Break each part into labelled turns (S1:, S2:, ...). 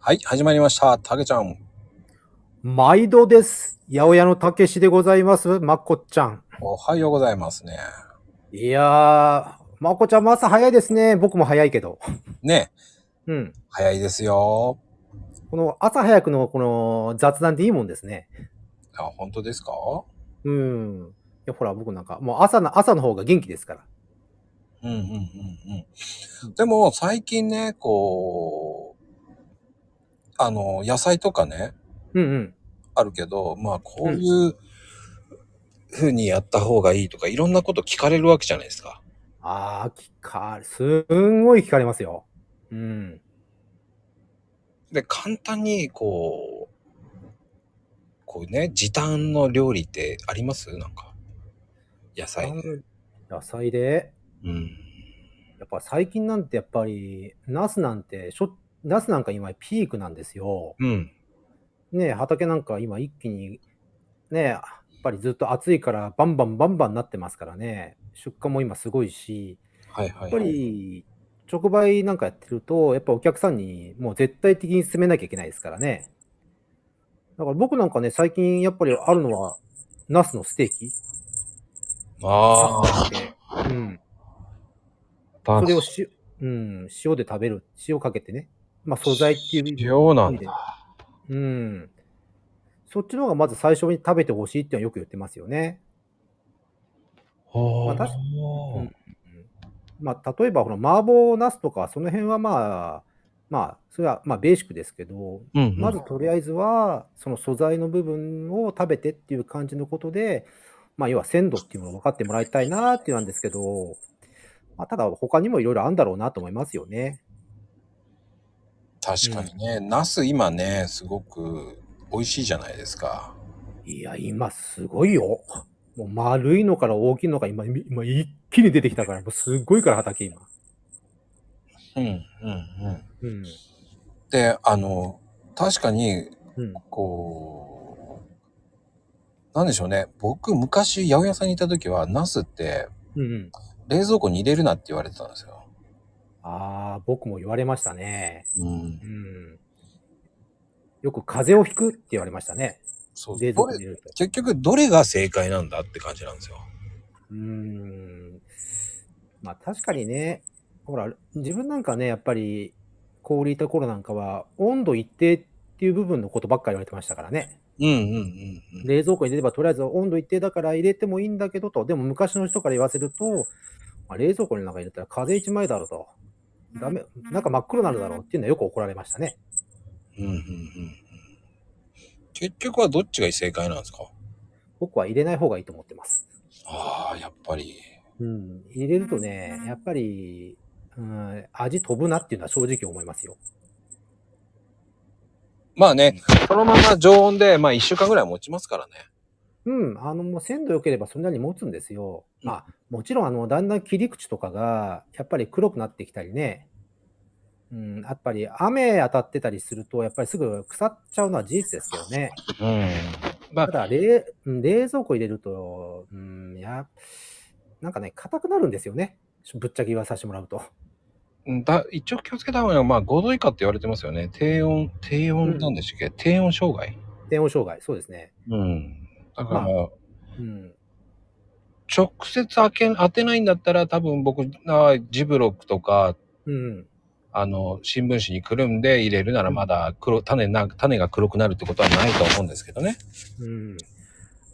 S1: はい、始まりました。たけちゃん。
S2: 毎度です。八百屋のたけしでございます。まっこっちゃん。
S1: おはようございますね。
S2: いやー、まっこちゃんも朝早いですね。僕も早いけど。
S1: ね、
S2: うん。
S1: 早いですよ。
S2: この朝早くのこの雑談っていいもんですね。
S1: あ、本当ですか
S2: うん。いや、ほら、僕なんか、もう朝の、朝の方が元気ですから。
S1: うんうんうんうん。でも、最近ね、こう、あの、野菜とかね、
S2: うんうん。
S1: あるけど、まあ、こういう風にやった方がいいとか、いろんなこと聞かれるわけじゃないですか。
S2: あー、聞かれ、すんごい聞かれますよ。うん。
S1: で、簡単に、こう、こうね、時短の料理ってありますなんか。野菜。
S2: 野菜で、
S1: うん。
S2: やっぱ最近なんてやっぱり、ナスなんて、しょ、ナスなんか今ピークなんですよ。
S1: うん。
S2: ねえ、畑なんか今一気に、ねえ、やっぱりずっと暑いからバンバンバンバンなってますからね、出荷も今すごいし、
S1: はいはい、はい。
S2: やっぱり直売なんかやってると、やっぱお客さんにもう絶対的に進めなきゃいけないですからね。だから僕なんかね、最近やっぱりあるのは、ナスのステーキ
S1: ああ、
S2: うん。
S1: そ
S2: それをし、うん、塩で食べる。塩かけてね。まあ素材っていう意味で
S1: 塩なんだ。
S2: うん。そっちの方がまず最初に食べてほしいってのはよく言ってますよね。
S1: ほ
S2: まあ確
S1: ー
S2: うんまあ、例えば、この麻婆茄子とか、その辺はまあ、まあ、それはまあベーシックですけど、
S1: うんうん
S2: まずとりあえずは、その素材の部分を食べてっていう感じのことで、まあ、要は鮮度っていうものを分かってもらいたいなっていうなんですけど、まあ、ただ、他にもいろいろあるんだろうなと思いますよね。
S1: 確かにね、ナス今ね、すごく美味しいじゃないですか。
S2: いや、今すごいよ。もう丸いのから大きいのが今、今一気に出てきたから、もうすごいから畑今。
S1: うんうんうん。
S2: うん。
S1: で、あの、確かに、
S2: うん。
S1: こう、なんでしょうね。僕、昔、八百屋さんにいた時は、ナスって、
S2: うんうん。
S1: 冷蔵庫に入れるなって言われてたんですよ。
S2: ああ、僕も言われましたね。
S1: うん
S2: う。ん。よく風邪をひくって言われましたね。
S1: そう。
S2: 冷蔵
S1: ど
S2: 庫に入
S1: れ
S2: れると。
S1: 結局、どれが正解なんだって感じなんですよ。
S2: うーん。まあ確かにね、ほら、自分なんかね、やっぱり、氷いた頃なんかは、温度一定っていう部分のことばっかり言われてましたからね。
S1: うんうんうんうん。
S2: 冷蔵庫に入れればとりあえず温度一定だから入れてもいいんだけどと、でも昔の人から言わせると、まあ、冷蔵庫の中に入れたら風邪一枚だろうと。ダメ、なんか真っ黒になるだろうっていうのはよく怒られましたね。
S1: うんうんうんうん結局はどっちが正解なんですか
S2: 僕は入れない方がいいと思ってます。
S1: ああ、やっぱり。
S2: うん、入れるとね、やっぱり、うん、味飛ぶなっていうのは正直思いますよ。
S1: まあね、そのまま常温で、まあ1週間ぐらい持ちますからね。
S2: うん、あの、もう鮮度良ければそんなに持つんですよ。
S1: うん
S2: まあ、もちろん、あの、だんだん切り口とかが、やっぱり黒くなってきたりね。うん、やっぱり雨当たってたりすると、やっぱりすぐ腐っちゃうのは事実ですけどね。
S1: うん。まあ、
S2: ただ、冷、うん冷蔵庫入れると、うん、や、なんかね、硬くなるんですよね。ぶっちゃけ言わさせてもらうと。
S1: うんだ一応気をつけた方がいいのは、まあ5度以下って言われてますよね。低温、低温なんでしたっけ、低温障害。
S2: 低温障害、そうですね。
S1: うん。だから、
S2: まうん。
S1: 直接当け、当てないんだったら多分僕がジブロックとか、
S2: うん。
S1: あの、新聞紙にくるんで入れるならまだ黒、種な、種が黒くなるってことはないと思うんですけどね。
S2: うん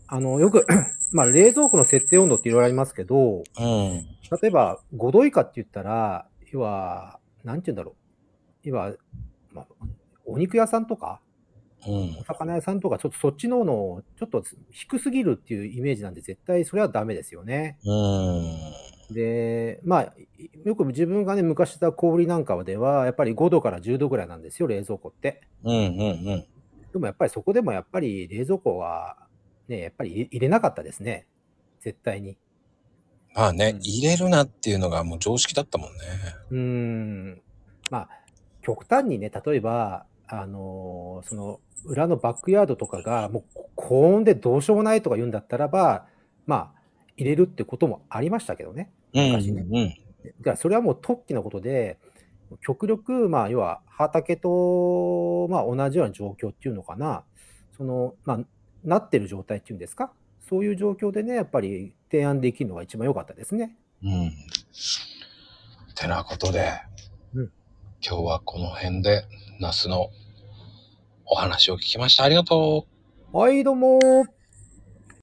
S2: あの、よく、 まあ、冷蔵庫の設定温度っていろいろありますけど、
S1: うん。
S2: 例えば5度以下って言ったら、要は、なんて言うんだろう。要は、まあ、お肉屋さんとか、
S1: うん
S2: お。魚屋さんとか、ちょっとそっちのの、ちょっと低すぎるっていうイメージなんで、絶対それはダメですよね。
S1: うん。
S2: で、まあ、よく自分がね、昔した氷なんかでは、やっぱり5度から10度ぐらいなんですよ、冷蔵庫って。
S1: うんうんうん。
S2: でもやっぱりそこでもやっぱり冷蔵庫は、ね、やっぱり入れなかったですね。絶対に。
S1: まあね、
S2: うん
S1: 入れるなっていうのがもう常識だったもんね。
S2: うーん。まあ、極端にね、例えば、あのーその、裏のバックヤードとかが、もう高温でどうしようもないとか言うんだったらば、まあ、入れるってこともありましたけどね。
S1: うん
S2: 昔ね
S1: うん。
S2: だからそれはもう突起のことで、極力、まあ、要は畑と、まあ、同じような状況っていうのかな、その、まあ、なってる状態っていうんですか、そういう状況でね、やっぱり提案できるのが一番良かったですね。
S1: うん。てなことで、
S2: うん
S1: 今日はこの辺で、ナスのお話を聞きました。ありがとう。
S2: はい、どうもー